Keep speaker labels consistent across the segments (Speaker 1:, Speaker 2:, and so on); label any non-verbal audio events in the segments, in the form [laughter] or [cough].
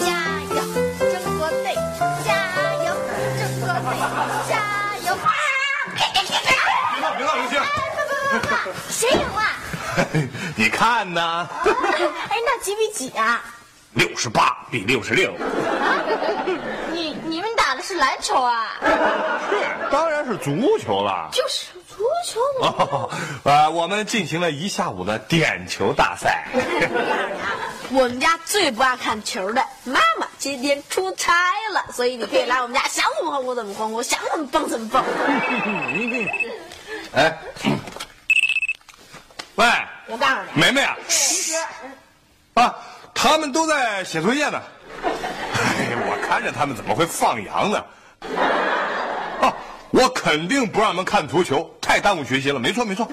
Speaker 1: 加油，中国队！加油，中国队！加油！啊！
Speaker 2: 别闹，别闹，刘星。
Speaker 1: 不不不不，谁赢了？
Speaker 2: [laughs] 你看呐，
Speaker 1: 哎，那几比几啊？
Speaker 2: 六十八比六十六，
Speaker 1: 你你们打的是篮球啊？
Speaker 2: 是，当然是足球了。 [laughs]
Speaker 1: 就是足球嘛。
Speaker 2: 哦，呃，我们进行了一下午的点球大赛。
Speaker 1: 我们家最不爱看球的妈妈今天出差了，所以你可以来我们家，想怎么欢呼怎么欢呼，想怎么蹦怎么蹦。
Speaker 2: 哎， [coughs] 喂，
Speaker 1: 我告诉你，
Speaker 2: 梅梅啊，
Speaker 1: 其实
Speaker 2: 啊，他们都在写作业呢。哎，我看着他们怎么会放羊呢？哦，我肯定不让他们看足球，太耽误学习了。没错，没错，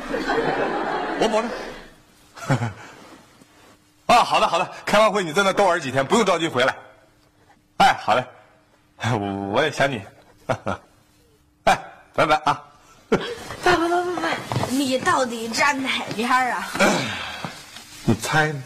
Speaker 2: 我保证。 [laughs] 啊，好的，好的，开完会你在那多玩几天，不用着急回来。哎，好嘞，哎我我也想你。 [laughs] 哎，拜拜啊！
Speaker 1: 不不不不不，你到底站哪边儿啊？
Speaker 2: 你猜呢？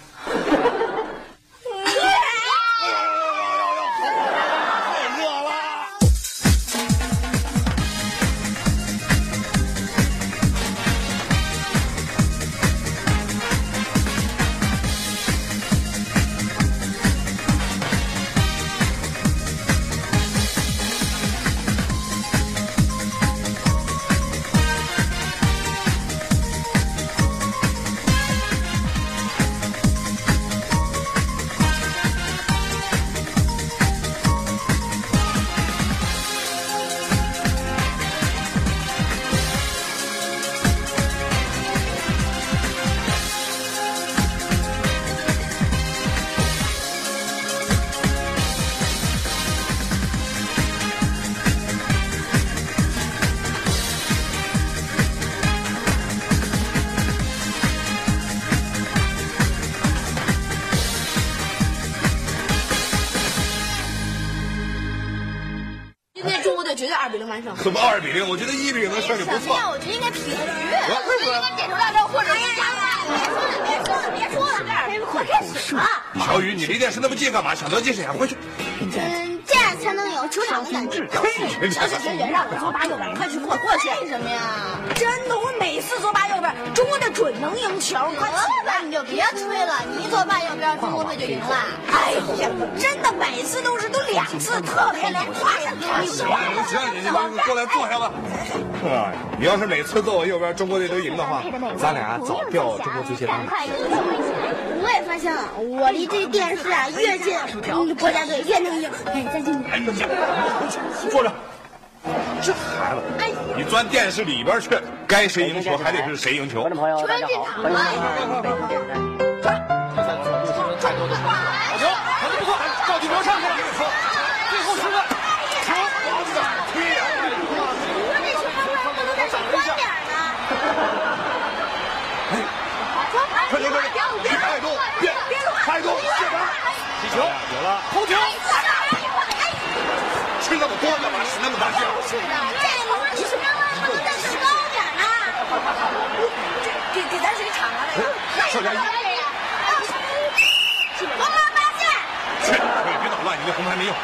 Speaker 1: 今天中国队绝对二比零完胜。
Speaker 2: 怎么二比零？我觉得一比零的胜利不错。
Speaker 1: 我觉得应该平局，
Speaker 2: 为什么呀
Speaker 1: 点球大战或者是加别说了，别说了，别说了，快开始了。
Speaker 2: 小雨，你离电视那么近干嘛？想得近视眼，回去。
Speaker 1: 嗯，这样才能有出场的感觉。
Speaker 2: 呸！
Speaker 1: 小雪学学，让我做八右边，快去给我过去。为什么呀？真的，我每次做八右边，中国队准能赢球。快得了吧，你就别吹了，你一做八右边，中国队就赢了。哎呀，真的每次都是，都两次特别连夸上两次。
Speaker 2: 行，你你你过来坐下吧。哎，你要是每次坐我右边，中国队都赢的话，咱俩早掉中国足协
Speaker 1: 赶
Speaker 2: 了。
Speaker 1: 快
Speaker 3: 我也发现了，我离这电视啊越近，嗯国家队越能赢。哎，再见你。
Speaker 2: 哎呀，坐着。这孩子，你钻电视里边去，该谁赢球还得是谁赢球
Speaker 4: 观。众朋友，大家好，欢迎收看北京电视台。站，我们做了太多的动作了。
Speaker 1: 哎
Speaker 5: 好球，很不错，赵俊哲上去了，最后时刻，球王子踢啊！
Speaker 2: 快点快点，太多，别太多，射门，
Speaker 5: 起
Speaker 2: 哎
Speaker 5: 球，有了，头球，
Speaker 2: 吃那么多干嘛？使那么大劲？
Speaker 1: 是的，这个你是刚刚不能再升高点呢？给给咱谁抢来了？
Speaker 2: 少点，
Speaker 1: 我妈发现。
Speaker 2: 去，别捣乱，你那红牌没用。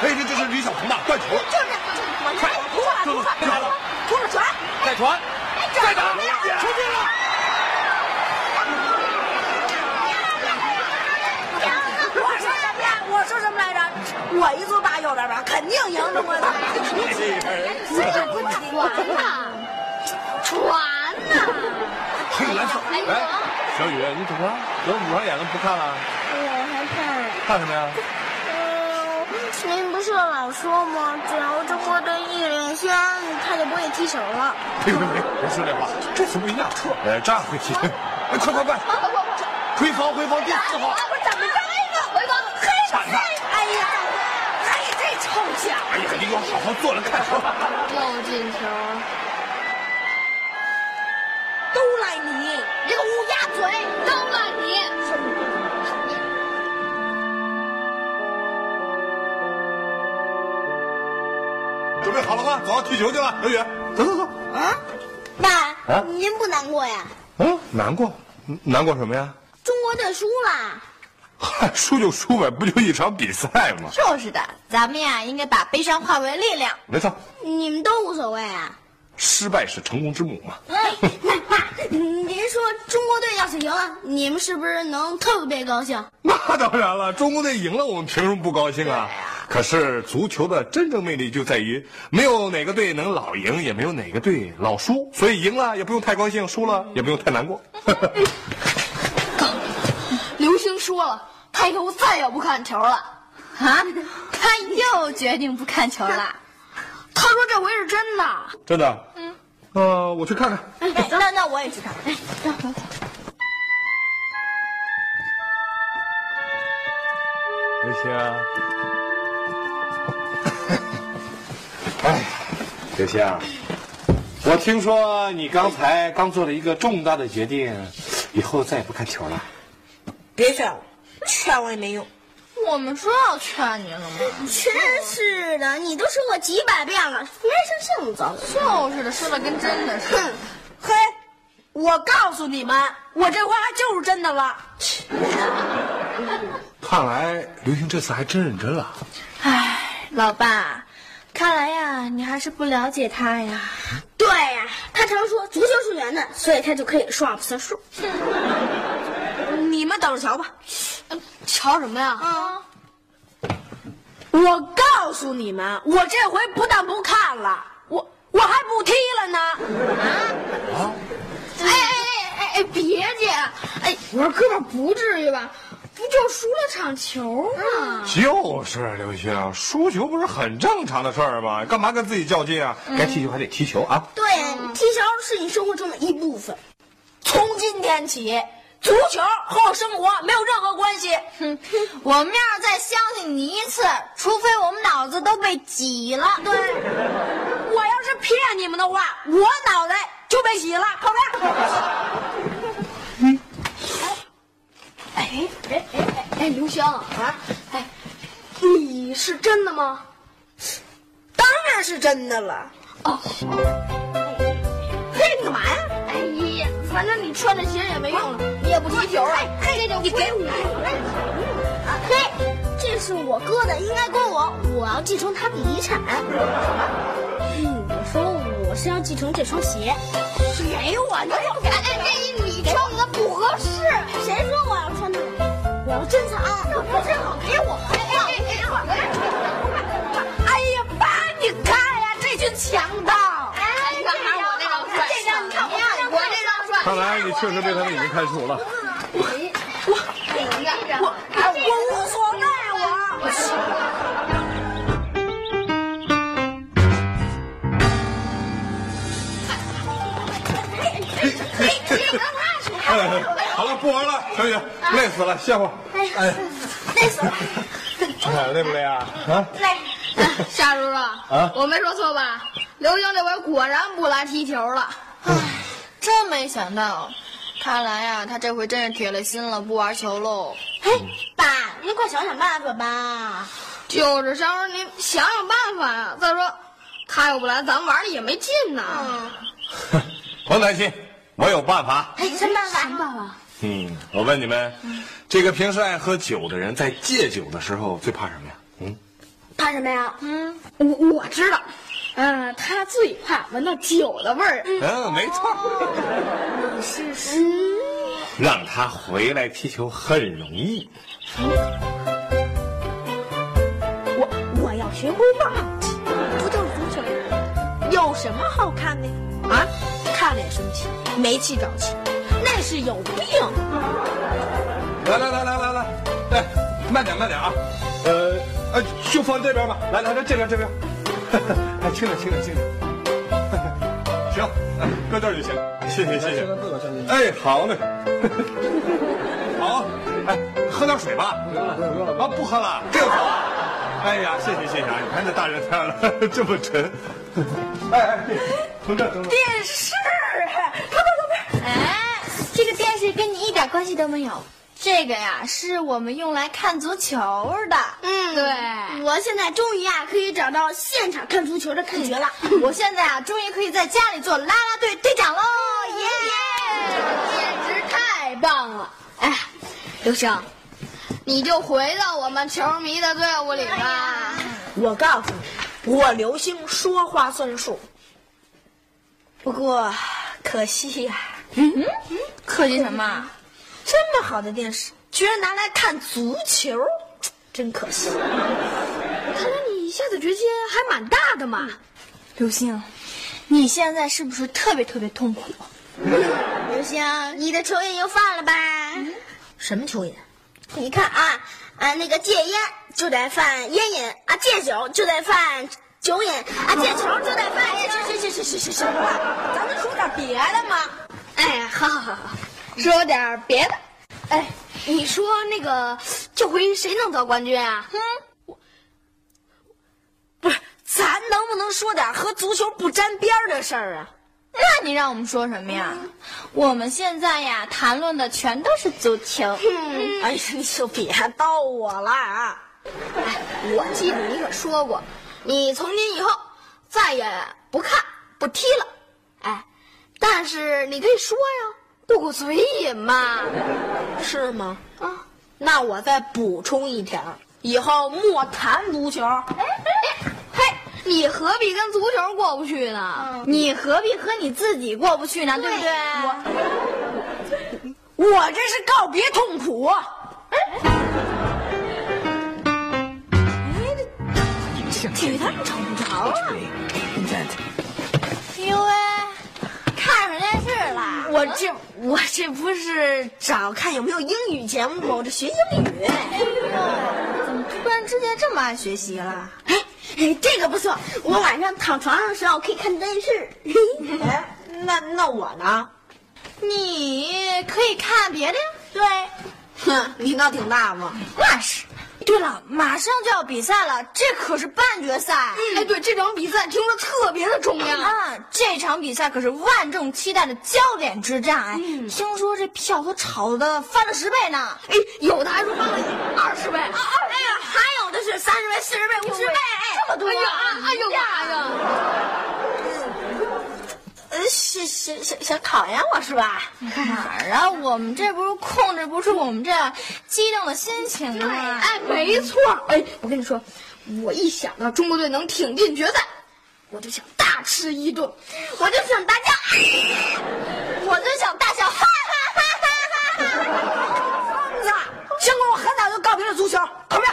Speaker 2: 哎，这这是吕小鹏吧？断球了。
Speaker 1: 就是，我快扑了，扑了，扑了，传，
Speaker 5: 再传，再打，球进了。
Speaker 1: 我说什么来？我说什么来着？我一做八右边吧，肯定赢中国队。谁也不管呐，传呐！
Speaker 2: 还有蓝色，哎，小雨，你怎么了？怎么捂上眼了不看了？
Speaker 3: 我害怕。
Speaker 2: 看什么呀？
Speaker 3: 嗯，您不是老说吗？只要中国队一领先，他就不会踢球了。
Speaker 2: 别别别，别说这话，这次不一样。呃，站回去，哎，快快快，回防回防第四号。
Speaker 1: 我怎么着呢？回防，嘿，哎呀，
Speaker 3: 哎
Speaker 1: 嘿，这臭小子！
Speaker 2: 哎呀，你给我好好坐着看球。
Speaker 3: 又进球。
Speaker 1: 都赖你，你个无
Speaker 6: 乌鸦嘴，
Speaker 1: 当了你，
Speaker 2: 准备好了吗？走，踢球去了，刘宇，走走走。
Speaker 3: 爸，
Speaker 2: 啊
Speaker 3: 您不难过呀？
Speaker 2: 嗯，难过，嗯难过什么呀？
Speaker 3: 中国队输了，
Speaker 2: 嗨，输就输呗，不就一场比赛吗？
Speaker 6: 就是的，咱们呀应该把悲伤化为力量。
Speaker 2: 没错，
Speaker 3: 你们都无所谓啊。
Speaker 2: 失败是成功之母嘛。
Speaker 1: 嗯
Speaker 3: 哎，那爸，您说中国队要是赢了，你们是不是能特别高兴？
Speaker 2: [laughs] 那当然了，中国队赢了，我们凭什么不高兴啊？可是足球的真正魅力就在于，没有哪个队能老赢，也没有哪个队老输，所以赢了也不用太高兴，输了也不用太难过。
Speaker 1: 刘星说了，他以后再也不看球了。啊， [laughs] 他又决定不看球了。他说这回是真的。
Speaker 2: 真的？嗯。呃，我去看看。
Speaker 6: 哎那那我也去看。
Speaker 2: 刘星啊， [laughs] 哎，刘星啊，我听说你刚才刚做了一个重大的决定，以后再也不看球了。
Speaker 7: 别劝我，劝我也没用。
Speaker 1: 我们说要劝你了吗？
Speaker 3: 真是的，你都说过几百遍了，没人相信走。
Speaker 1: 就是的，说的跟真的似的。
Speaker 7: 嘿，我告诉你们，我这话就是真的了。
Speaker 2: 看来刘星这次还真认真了。
Speaker 6: 嗯
Speaker 1: 唉，老爸，看来呀，你还是不了解他呀。
Speaker 3: 对呀、他常说足球是圆的，所以他就可以说话不算数。
Speaker 7: 嗯你们等着瞧吧。嗯
Speaker 1: 瞧什么呀？
Speaker 3: 嗯
Speaker 7: 我告诉你们，我这回不但不看了，我我还不踢了呢。
Speaker 1: 哎哎哎哎，别介！哎，我说哥们儿不至于吧？不就输了场球吗？
Speaker 2: 就是刘星，啊输球不是很正常的事儿吗？干嘛跟自己较劲啊？该踢球还得踢球啊！
Speaker 3: 对，
Speaker 1: 哎嗯
Speaker 3: 踢球是你生活中的一部分。
Speaker 7: 从今天起，足球和我生活没有任何关
Speaker 1: [laughs]
Speaker 7: 系。
Speaker 1: 哼，我们要是再相信你一次，除非我们脑子都被挤了。对，
Speaker 7: 我要是骗你们的话，我脑袋就被洗了，靠边。
Speaker 1: 嗯哎，刘星啊，哎，你是真的吗？
Speaker 7: 当然是真的了。
Speaker 1: 哎呀，反正你穿着鞋也没用了，你也不踢球了，啊这就你给我。
Speaker 3: 嘿，这是我哥的，应该归我，我要继承他的遗产。嗯，我说我是要继承这双鞋。
Speaker 6: 给我，
Speaker 1: 哎哎哎，你穿的不合适。
Speaker 3: 谁说我要穿它？我要珍藏。啊
Speaker 6: 正好给我。
Speaker 7: 哎呀，爸，你看呀，这群强盗！
Speaker 1: 哎
Speaker 7: 哎
Speaker 1: 你看看我这张帅，
Speaker 6: 这张你看
Speaker 1: 我我这张帅。
Speaker 2: 看来你确实被他们已经看出了。
Speaker 7: 我无所谓，我。
Speaker 2: [laughs] 好了，不玩了，小雨，累死了，歇会儿。哎，累死了。哎，累不累啊？啊，
Speaker 1: 夏叔叔，我没说错吧？刘英这回果然不来踢球了。唉，真没想到，看来呀、他这回真是铁了心了，不玩球喽。
Speaker 3: 爸，您快想想办法吧。
Speaker 1: 就是夏叔，你想想办法呀、再说，他又不来，咱们玩的也没劲呐、
Speaker 7: 嗯
Speaker 2: 甭担心，我有办法。
Speaker 3: 哎，什么办法？
Speaker 2: 嗯，我问你们，这个平时爱喝酒的人，在戒酒的时候最怕什么呀？嗯，
Speaker 3: 怕什么呀？
Speaker 1: 我我知道，嗯、他最怕闻到酒的味儿。
Speaker 2: 嗯，没错。是是。让他回来踢球很容易。
Speaker 7: 我要学挥棒，不就是足球吗？有什么好看的？啊，看了也生气，没气找气，那是有病。
Speaker 2: 来来来来来来，哎，慢点慢点啊，呃，呃，就放这边吧。来来来，这边这边，哎，轻点轻点轻点。行，哎，搁这儿就行。谢谢谢谢。哎，好嘞。好，哎，喝点水吧。啊，不喝了，这个走啊。哎呀，谢谢谢谢啊！你看这大热天了，这么沉。哎哎，从这儿从这儿。
Speaker 6: 哎，这个电视
Speaker 8: 点关系都没有。
Speaker 3: 这个呀，是我们用来看足球的。
Speaker 8: 嗯
Speaker 3: 对。
Speaker 8: 我现在终于啊，可以找到现场看足球的感觉了。
Speaker 3: 我现在啊，终于可以在家里做啦啦队队长喽！耶、嗯简直太棒了！哎，刘星，你就回到我们球迷的队伍里吧。
Speaker 9: 我告诉你，我刘星说话算数。不过，可惜呀、
Speaker 3: 嗯客气什么？
Speaker 9: 这么好的电视，居然拿来看足球，真可惜。
Speaker 8: 看来你一下子决心还蛮大的嘛。
Speaker 3: 刘星，你现在是不是特别特别痛苦？
Speaker 8: 刘星，你的球瘾又犯了吧？
Speaker 3: 嗯
Speaker 9: 什么球瘾？
Speaker 8: 你看啊啊，那个戒烟就得犯烟瘾啊，戒酒就得
Speaker 1: 哎
Speaker 8: 犯酒瘾啊，戒球就得犯戒
Speaker 1: 是是是是是是，咱们说点别的嘛。
Speaker 8: 哎，好好好好，
Speaker 3: 说点别的。
Speaker 8: 哎，你说那个这回谁能得冠军啊？
Speaker 1: 咱能不能说点和足球不沾边儿的事儿啊？
Speaker 3: 那你让我们说什么呀？我们现在呀谈论的全都是足球。嗯
Speaker 1: 哎呀，你就别逗我了啊！
Speaker 3: 我记得你可说过，你从今以后再也不看不踢了。哎，但是你可以说呀，不鼓嘴瘾嘛。啊
Speaker 9: 是吗？
Speaker 1: 那我再补充一条，以后莫谈足球。
Speaker 3: 嘿，你何必跟足球过不去呢？你何必和你自己过不去呢？嗯对不对？
Speaker 1: 我这是告别痛苦。啊
Speaker 3: 哎啊因为看上电视了。
Speaker 1: 我这我这不是找看有没有英语节目吗？我这学英语。
Speaker 3: 突然之间这么爱学习了。
Speaker 8: 哎哎，这个不错，我晚上躺床上的时候可以看电视。
Speaker 1: 哎，那那我呢？
Speaker 3: 你可以看别的呀。对，
Speaker 1: 哼，你闹挺大方。
Speaker 3: 那是。对了，马上就要比赛了，这可是半决赛。哎，对，这场比赛听着特别的重要。啊，这场比赛可是万众期待的焦点之战。哎，听说这票都炒的翻了十倍呢。哎，有的还说翻了二十倍。啊，二
Speaker 8: 哎呀，还有的是三十倍、四十倍、五十倍，哎，这么多
Speaker 3: 哎呀，哎呦妈呀！
Speaker 1: 呃，想想想想考验我是吧？
Speaker 3: 哪儿啊？我们这不是控制不住我们这激动的心情吗？哎，没错。哎，我跟你说，我一想到中国队能挺进决赛，我就想大吃一顿，我就想大家， [laughs] 我就想大笑，哈哈哈哈哈哈。
Speaker 1: 疯子，尽管我很早就告别了足球，可不是。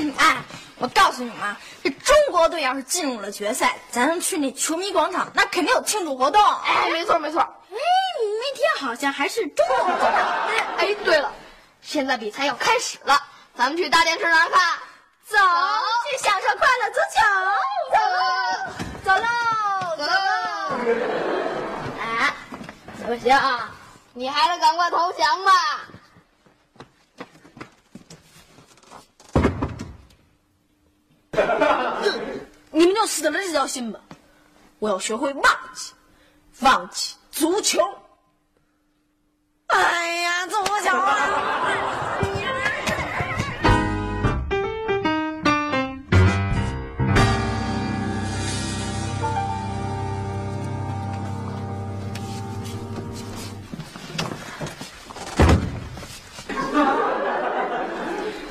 Speaker 3: [clears throat] 哎，我告诉你们啊，这中国队要是进入了决赛，咱们去那球迷广场，那肯定有庆祝活动。哎，没错没错。哎，那天好像还是中国队。 [laughs] 哎，对了，现在比赛要开始了，咱们去大电视那儿看。走，去享受快乐足球。走，走喽，走喽。哎，不行，你还是赶快投降吧。
Speaker 1: 你们就死了这条心吧！我要学会忘记，忘记足球。哎呀，足球啊！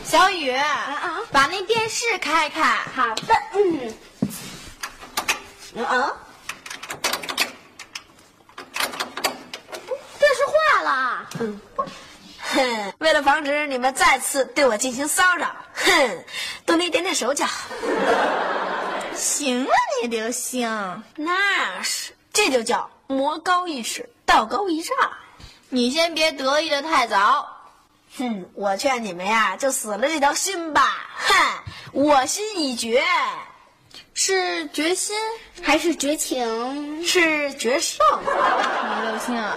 Speaker 3: 小雨，把那电视开开。好的，嗯。
Speaker 1: 啊，
Speaker 8: 电视坏了。
Speaker 1: 哼！ [laughs] 为了防止你们再次对我进行骚扰，哼，多你点点手脚。
Speaker 3: 行啊，你刘星，
Speaker 1: 那是，这就叫魔高一尺，道高一丈。
Speaker 3: 你先别得意的太早。
Speaker 1: 哼，我劝你们呀，就死了这条心吧。哼，我心已决，
Speaker 3: 是决心，
Speaker 8: 还是绝情。
Speaker 1: 是决胜。
Speaker 3: 你刘星，啊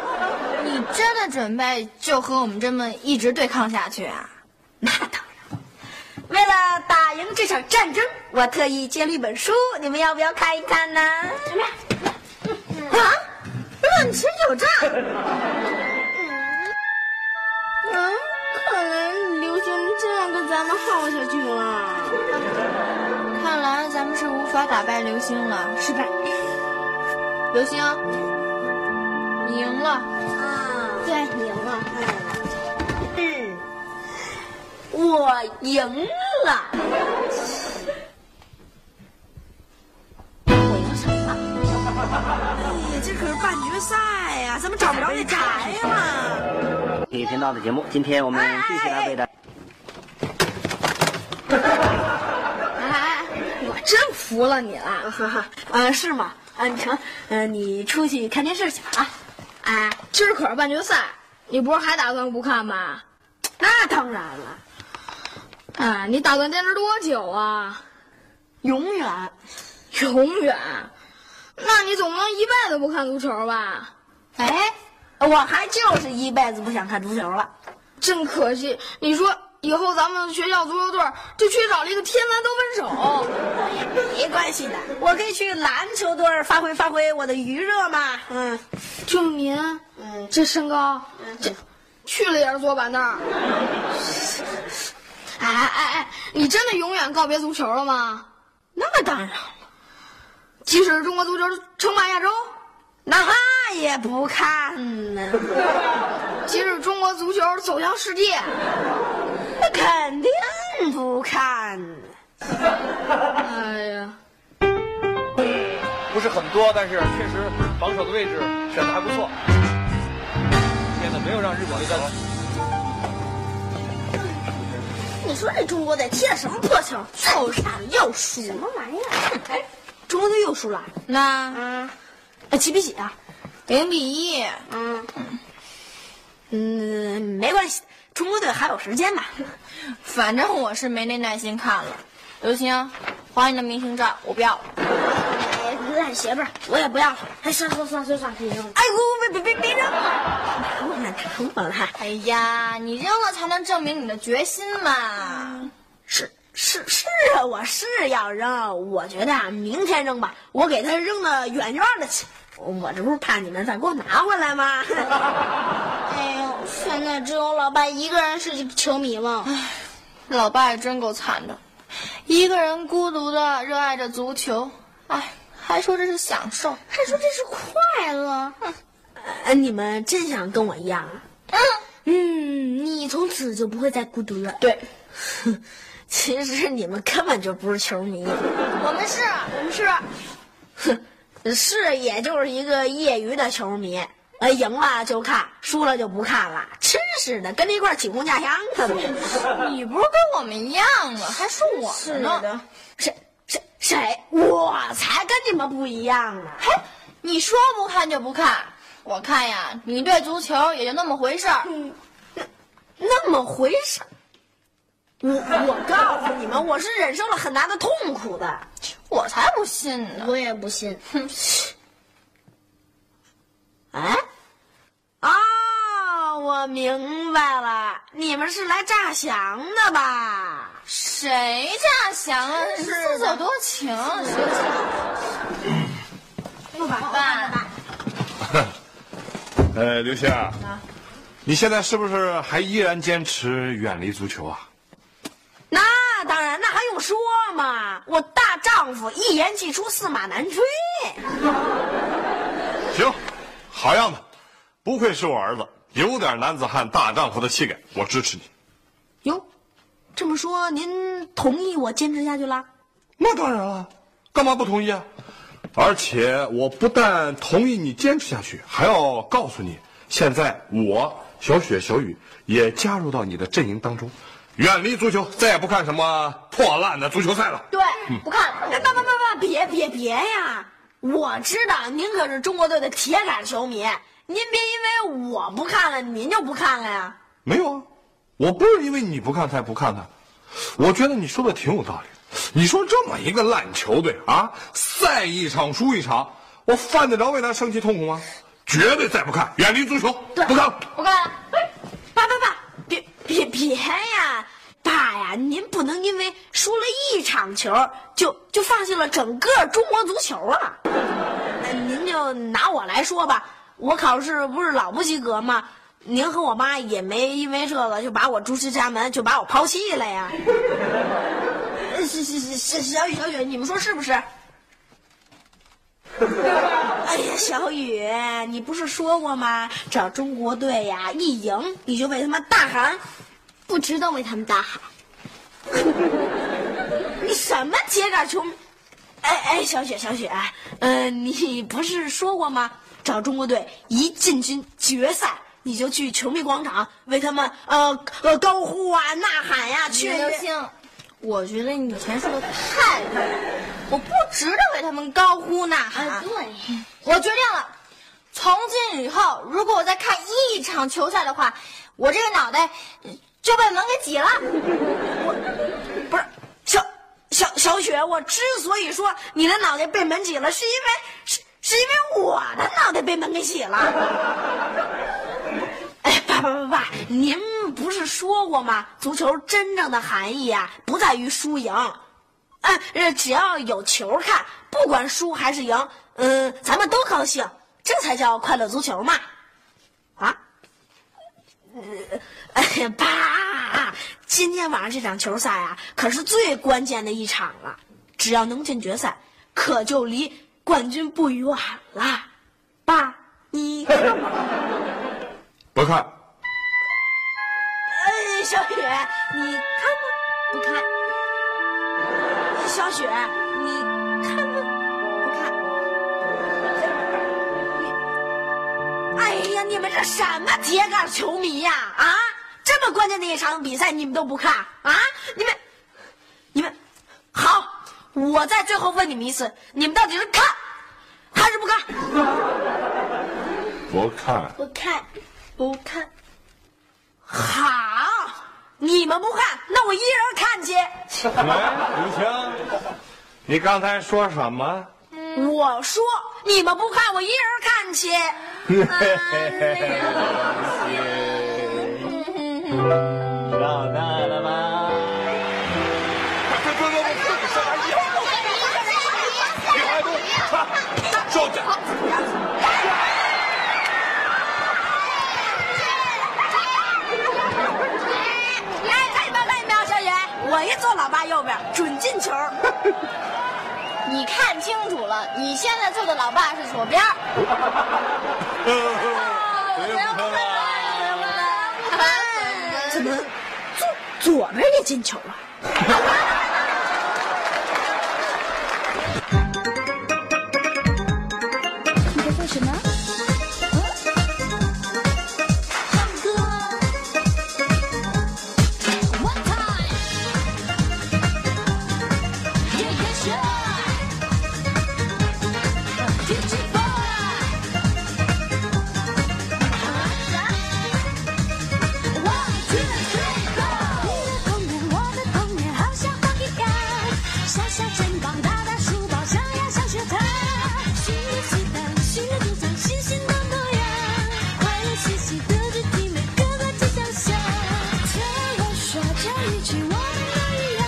Speaker 3: 你真的准备就和我们这么一直对抗下去啊？ [laughs]
Speaker 1: 那当然。为了打赢这场战争，我特意借了一本书，你们要不要看一看呢？啊，
Speaker 10: 嗯，看来流星真要跟咱们耗下去了。
Speaker 3: 看来咱们是无法打败流星了。
Speaker 10: 失败。
Speaker 3: 流星，啊你赢了。
Speaker 10: 啊，对，赢了。
Speaker 1: 嗯，我赢了。
Speaker 10: 我赢什么？
Speaker 1: 哎这可是半决赛呀、怎么找不着那台嘛？
Speaker 4: 体育频道的节目，今天我们继续来为大家。
Speaker 3: 哎，我真服了你了。
Speaker 1: [laughs] 呃，是吗？啊，你成，呃，你出去看电视去吧啊。
Speaker 3: 哎，今儿可是半决赛，你不是还打算不看吗？
Speaker 1: 那当然了，
Speaker 3: 哎，你打算坚持多久啊？
Speaker 1: 永远。
Speaker 3: 永远？那你总不能一辈子不看足球吧？
Speaker 1: 哎，我还就是一辈子不想看足球了。
Speaker 3: 真可惜，你说以后咱们学校足球队儿就缺少了一个天才得分手。
Speaker 1: 没关系的，我可以去篮球队儿发挥发挥我的余热嘛。嗯，
Speaker 3: 就您，嗯，这身高，这去了也是坐板凳儿。哎哎哎，你真的永远告别足球了吗？
Speaker 1: 那当然了，
Speaker 3: 即使中国足球称霸亚洲，
Speaker 1: 那也不看呢，
Speaker 3: 即使中国足球走向世界，
Speaker 1: 那肯定不看。
Speaker 3: 哎呀，
Speaker 5: 不是很多，但是确实防守的位置选的还不错。天呐，没有让日本队在
Speaker 11: 你说这中国队踢的什么破球？又看又输，什么玩意儿？哎，
Speaker 1: 中国队又输了，
Speaker 3: 那
Speaker 1: 哎，几比几啊？
Speaker 3: 零比一，
Speaker 1: 嗯，没关系，中国队还有时间嘛。
Speaker 3: 反正我是没那耐心看了。刘星，还你的明星照，我不要了。
Speaker 10: 哎，烂鞋吧，我也不要了。哎，算算算算算，赢了。
Speaker 1: 哎呦，别别别别扔啊！我了，疼我了。
Speaker 3: 哎呀，你扔了才能证明你的决心嘛。
Speaker 1: 是是是啊，我是要扔，我觉得啊，明天扔吧，我给他扔的远远的去。我这不是怕你们再给我拿回来吗？ [laughs]
Speaker 10: 哎呦，现在只有老爸一个人是球迷了。
Speaker 3: 老爸也真够惨的，一个人孤独的热爱着足球，哎，还说这是享受。
Speaker 10: 还说这是快乐。
Speaker 1: 哎，你们真想跟我一样啊？
Speaker 10: 嗯，你从此就不会再孤独了。
Speaker 1: 对，其实你们根本就不是球迷，
Speaker 3: 我们是，我们
Speaker 1: [laughs]
Speaker 3: 是，
Speaker 1: 是也就是一个业余的球迷。呃，赢了就看，输了就不看了，真是的，跟着一块儿起哄架秧子呢。
Speaker 3: 你不是跟我们一样吗？还说我们呢？
Speaker 1: 谁谁谁？我才跟你们不一样呢。
Speaker 3: 嘿，你说不看就不看，我看呀，你对足球也就那么回事儿。
Speaker 1: 嗯那么回事儿。我 [laughs] 我告诉你们，我是忍受了很大的痛苦的。
Speaker 3: 我才不信呢！
Speaker 10: 我也不信。
Speaker 1: [laughs] 哎，哦，我明白了，你们是来诈降的吧？
Speaker 3: 谁家祥啊？自作多情！爸，
Speaker 2: 呃，刘星啊，你现在是不是还依然坚持远离足球啊？
Speaker 1: 那当然，那还用说吗？我大丈夫一言既出，驷马难追。
Speaker 2: 行，好样的，不愧是我儿子，有点男子汉大丈夫的气概，我支持你。
Speaker 1: 哟，这么说您同意我坚持下去啦？
Speaker 2: 那当然了，干嘛不同意啊？而且我不但同意你坚持下去，还要告诉你，现在我小雪、小雨也加入到你的阵营当中，远离足球，再也不看什么破烂的足球赛了。
Speaker 1: 对，不看。哎，爸爸爸爸，别别别呀！我知道您可是中国队的铁杆球迷，您别因为我不看了，您就不看了呀。
Speaker 2: 没有啊，我不是因为你不看才不看的，我觉得你说的挺有道理。你说这么一个烂球队啊，赛一场输一场，我犯得着为他生气痛苦吗？绝对再不看，远离足球，不看了。
Speaker 3: 不看。
Speaker 1: 哎爸爸爸，别别别呀！爸呀，您不能因为输了一场球就就放弃了整个中国足球啊！那您就拿我来说吧，我考试不是老不及格吗？您和我妈也没因为这个就把我逐出家门，就把我抛弃了呀。是是是是，小雨小雨，你们说是不是？ [laughs] 哎呀，小雨，你不是说过吗？只要中国队呀一赢，你就为他们大喊。
Speaker 3: 不值得为他们大喊。
Speaker 1: [laughs] 你什么铁杆球迷？哎哎，小雪小雪，呃，你不是说过吗？找中国队一进军决赛，你就去球迷广场为他们呃呃高呼啊、呐喊呀、雀
Speaker 12: 刘
Speaker 1: 跃。
Speaker 12: 星，我觉得你以前说的太对了，我不值得为他们高呼呐
Speaker 1: 呃
Speaker 12: 喊。
Speaker 3: 对，
Speaker 12: 我决定了，从今以后，如果我再看一场球赛的话，我这个脑袋
Speaker 1: 呃
Speaker 12: 就被门给挤了。
Speaker 1: 不是小小小雪，我之所以说你的脑袋被门挤了，是因为是是因为我的脑袋被门给挤了。哎，爸爸爸爸，您不是说过吗？足球真正的含义啊，不在于输赢，哎，呃只要有球看，不管输还是赢，嗯、咱们都高兴，这才叫快乐足球嘛。啊？ [laughs] 哎呀，爸！今天晚上这场球赛啊，可是最关键的一场了。只要能进决赛，可就离冠军不远了。爸，你看我，
Speaker 2: 不看，
Speaker 1: 哎，小雪，你看吗？不看。小雪，你看吗？不看。哎呀，你们这什么铁杆球迷呀、啊？这么关键的一场比赛你们都不看啊？你们，你们，好，我再最后问你们一次，你们到底是看还是不看？
Speaker 2: 不看。
Speaker 1: 不看，不看。好，你们不看，那我一人看去。
Speaker 2: 哎，雨晴，你刚才说什么？
Speaker 1: 我说你们不看，我一人看去。哎
Speaker 4: 长大了吗？
Speaker 2: 不不不不不，上来要给孩子，收着。
Speaker 1: 来，看你们，看你们，小雪，我一坐老爸右边，准进球。
Speaker 12: 你看清楚了，你现在坐的老爸是左边儿。
Speaker 2: 啊
Speaker 1: 怎么左左边也进球了？
Speaker 3: 你在做什么？唱歌。One time。Yeah yeah sure。DJ boy。One two three go。你的童年，我的童年，好像花一样，小小城堡，大大书包，上呀上学堂，新的时代，新的主张，新新的模样，快乐学习，德智体美，各个技巧上。听我说，这一句我们都一样，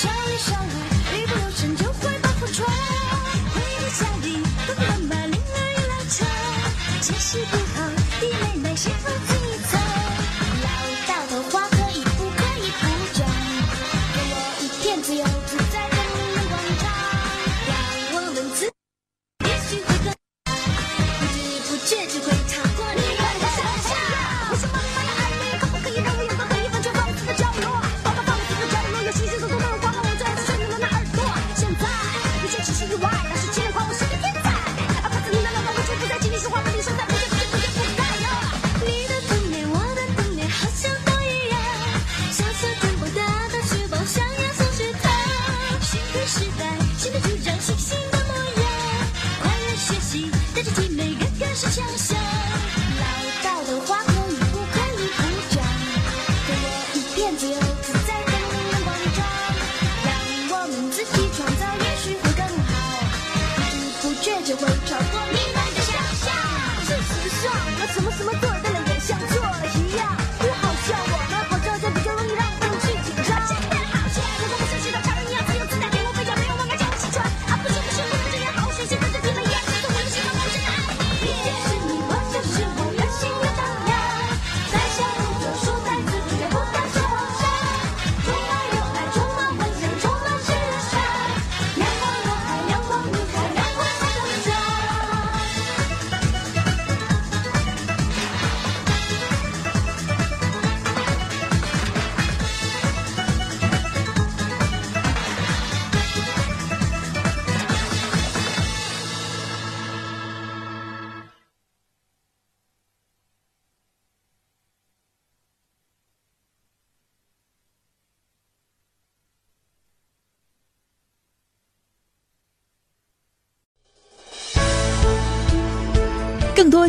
Speaker 3: 少一少我，一不留神就会把破窗。回到家里，爸爸妈妈铃儿一拉长，解释不好，弟妹妹谁负责一层？老道的话可以不可以不讲？给我一片自由自在的广场，让我们自，也许会更不知不觉就会超过你们的想象。我是妈妈的爱你，可不可以让我拥抱每一分钟放肆的角落？宝宝放肆的角落，有许许多多让我刮花我最爱的旋律的那耳朵。现在一切只是意外，那是情人夸我是个天才。而发自你的浪漫，我却不再经历是花的铃声在不见不见不见不散哟。你的童年，我的童年，好像都一样。小小城堡，大大书包，上呀上学堂。新的时代，新的主张，新新的模样。快乐学习，带着体美，个个是强项。老道的话可以不可以不讲？给我一片自由自在的广场，让我们自己创造，也许会更好。不知不觉就会超过你们的想象。事实上，我什么什么做对了，也像做了一样。不好笑，我们好像就比较容易让我们去紧张。真的好笑，我们不像是到常人一样自由自在，给我飞扬，没有妈妈叫我起床。啊，不是不是，不能这样，好学习，跟着你们一样，我的心中满是爱。也许你会
Speaker 13: 更多